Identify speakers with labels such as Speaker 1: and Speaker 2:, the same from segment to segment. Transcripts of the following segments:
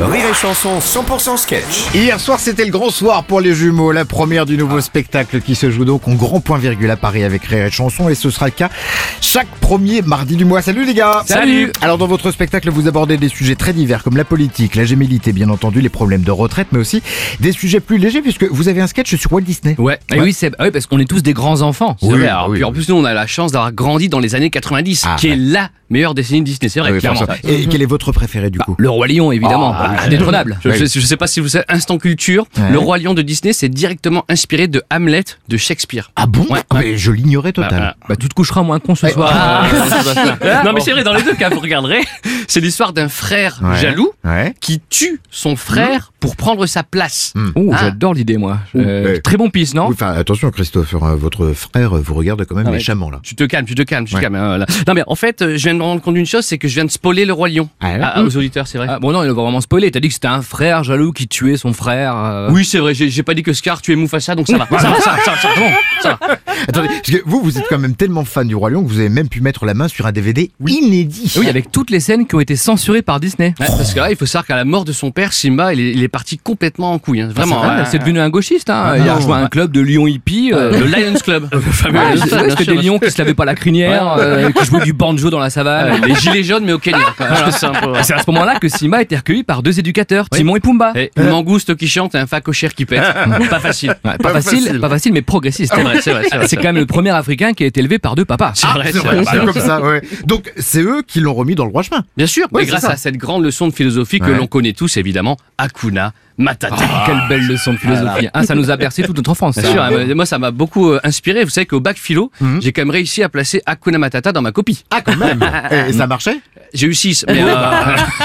Speaker 1: Rire et Chanson 100% sketch.
Speaker 2: Hier soir, c'était le grand soir pour les jumeaux, la première du nouveau spectacle qui se joue donc en grand point virgule à Paris avec Rire et Chanson et ce sera le cas chaque premier mardi du mois. Salut les gars
Speaker 3: Salut
Speaker 2: Alors dans votre spectacle, vous abordez des sujets très divers comme la politique, la gémilité bien entendu, les problèmes de retraite mais aussi des sujets plus légers puisque vous avez un sketch sur Walt Disney.
Speaker 3: Ouais, et oui, c'est ah oui, parce qu'on est tous des grands enfants. c'est
Speaker 2: Oui,
Speaker 3: vrai. Alors,
Speaker 2: oui,
Speaker 3: puis en
Speaker 2: oui.
Speaker 3: plus, nous, on a la chance d'avoir grandi dans les années 90,
Speaker 2: Ah,
Speaker 3: qui
Speaker 2: ouais.
Speaker 3: est la meilleure décennie de Disney, c'est vrai,
Speaker 2: Ah oui,
Speaker 3: clairement. Bah,
Speaker 2: forcément. Et quel est votre préféré du coup
Speaker 3: Le Roi Lion, évidemment,
Speaker 2: Ah,
Speaker 3: C'est indétrônable. Je,
Speaker 2: oui.
Speaker 3: je- je sais pas si vous savez, instant culture,
Speaker 2: Ouais.
Speaker 3: le Roi Lion de Disney, c'est directement inspiré de Hamlet de Shakespeare.
Speaker 2: Ah bon
Speaker 3: Ouais.
Speaker 2: Ah, mais Je l'ignorais
Speaker 3: Bah,
Speaker 2: total.
Speaker 3: bah, bah, tu te coucheras moins con ce soir. Ah. non, mais c'est vrai, dans les deux cas, vous regarderez. C'est l'histoire d'un frère
Speaker 2: Ouais. Hmm.
Speaker 3: jaloux
Speaker 2: Ouais.
Speaker 3: qui tue son frère pour prendre sa place.
Speaker 2: Mm.
Speaker 4: Oh,
Speaker 3: Ah.
Speaker 4: j'adore l'idée, moi. Euh,
Speaker 2: Ouais.
Speaker 4: Très bon pisse, non
Speaker 2: Oui, Enfin, attention Christophe, euh, votre frère vous regarde quand même
Speaker 3: Ah, ouais.
Speaker 2: méchamment là.
Speaker 3: Tu te calmes, tu te calmes, tu
Speaker 2: Ouais.
Speaker 3: te calmes. hein, là. Non mais en fait, euh, je viens de me rendre compte d'une chose, c'est que je viens de spoiler le roi lion
Speaker 2: Ah, ouais.
Speaker 3: Ah, aux auditeurs, c'est vrai.
Speaker 4: Ah, Bon, non, il va vraiment spoiler. T'as dit que c'était un frère jaloux qui tuait son frère. euh.
Speaker 3: Oui, c'est vrai, j'ai j'ai pas dit que Scar tuait Mufasa, donc ça va. ça va, ça va, ça va, ça va, bon, ça va.
Speaker 2: Attendez, parce que vous, vous êtes quand même tellement fan du Roi Lion que vous avez même pu mettre la main sur un DVD inédit.
Speaker 4: Oui, avec toutes les scènes qui ont été censurées par Disney.
Speaker 3: Ouais, parce que là, il faut savoir qu'à la mort de son père, Simba, il est, il est parti complètement en couille, hein, vraiment.
Speaker 4: Ah,
Speaker 3: hein.
Speaker 4: c'est devenu un gauchiste, hein.
Speaker 2: Ah,
Speaker 4: il a
Speaker 2: non.
Speaker 4: rejoint un club de lions hippies. euh,
Speaker 3: le Lions Club, le fameux
Speaker 4: Ah,
Speaker 3: Lions
Speaker 4: c'est-
Speaker 3: Club,
Speaker 4: ouais,
Speaker 3: bien
Speaker 4: c'était
Speaker 3: sûr.
Speaker 4: des lions qui se lavaient pas la crinière, euh, qui jouaient du banjo dans la savane.
Speaker 3: Les gilets jaunes, mais au Kenya. quoi. Voilà, c'est un peu-
Speaker 4: Et C'est à ce moment-là que Simba a été recueilli par deux éducateurs, Timon et Pumba.
Speaker 3: Et une mangouste qui chante et un facochère qui pète. pas facile.
Speaker 4: Ouais, pas, facile, pas facile, mais progressiste.
Speaker 3: C'est vrai, c'est vrai, c'est vrai.
Speaker 4: C'est quand même le premier Africain qui a été élevé par deux papas.
Speaker 3: C'est vrai, c'est
Speaker 2: C'est
Speaker 3: vrai.
Speaker 2: vrai, c'est comme ça, ouais. Donc, c'est eux qui l'ont remis dans le droit chemin.
Speaker 3: Bien sûr, mais
Speaker 2: Ouais, c'est
Speaker 3: grâce
Speaker 2: ça.
Speaker 3: à cette grande leçon de philosophie que
Speaker 2: Ouais.
Speaker 3: l'on connaît tous, évidemment, Hakuna Matata.
Speaker 4: Quelle belle leçon de philosophie.
Speaker 3: hein,
Speaker 4: Ah, ça nous a bercé toute notre enfance.
Speaker 3: Bien
Speaker 4: ça.
Speaker 3: sûr, hein, moi ça m'a beaucoup euh, inspiré. Vous savez qu'au bac philo, j'ai quand même réussi à placer Hakuna Matata dans ma copie.
Speaker 2: Ah, quand même Et ça marchait
Speaker 3: J'ai eu 6, mais euh,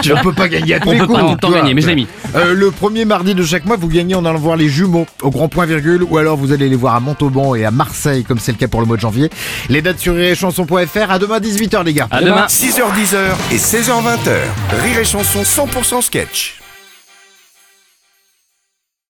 Speaker 2: Tu ne peux pas gagner à tous
Speaker 3: on
Speaker 2: les
Speaker 3: peut pas
Speaker 2: coups,
Speaker 3: tout le temps
Speaker 2: toi.
Speaker 3: gagner, mais je l'ai mis.
Speaker 2: Euh, le premier mardi de chaque mois, vous gagnez en allant voir les jumeaux au grand point virgule, ou alors vous allez les voir à Montauban et à Marseille, comme c'est le cas pour le mois de janvier. Les dates sur rirechanson.fr. À demain
Speaker 3: Eh ben.
Speaker 2: 18h, les gars.
Speaker 3: À demain.
Speaker 1: 6h10h et 16h20h. Rire et Chanson 100% sketch.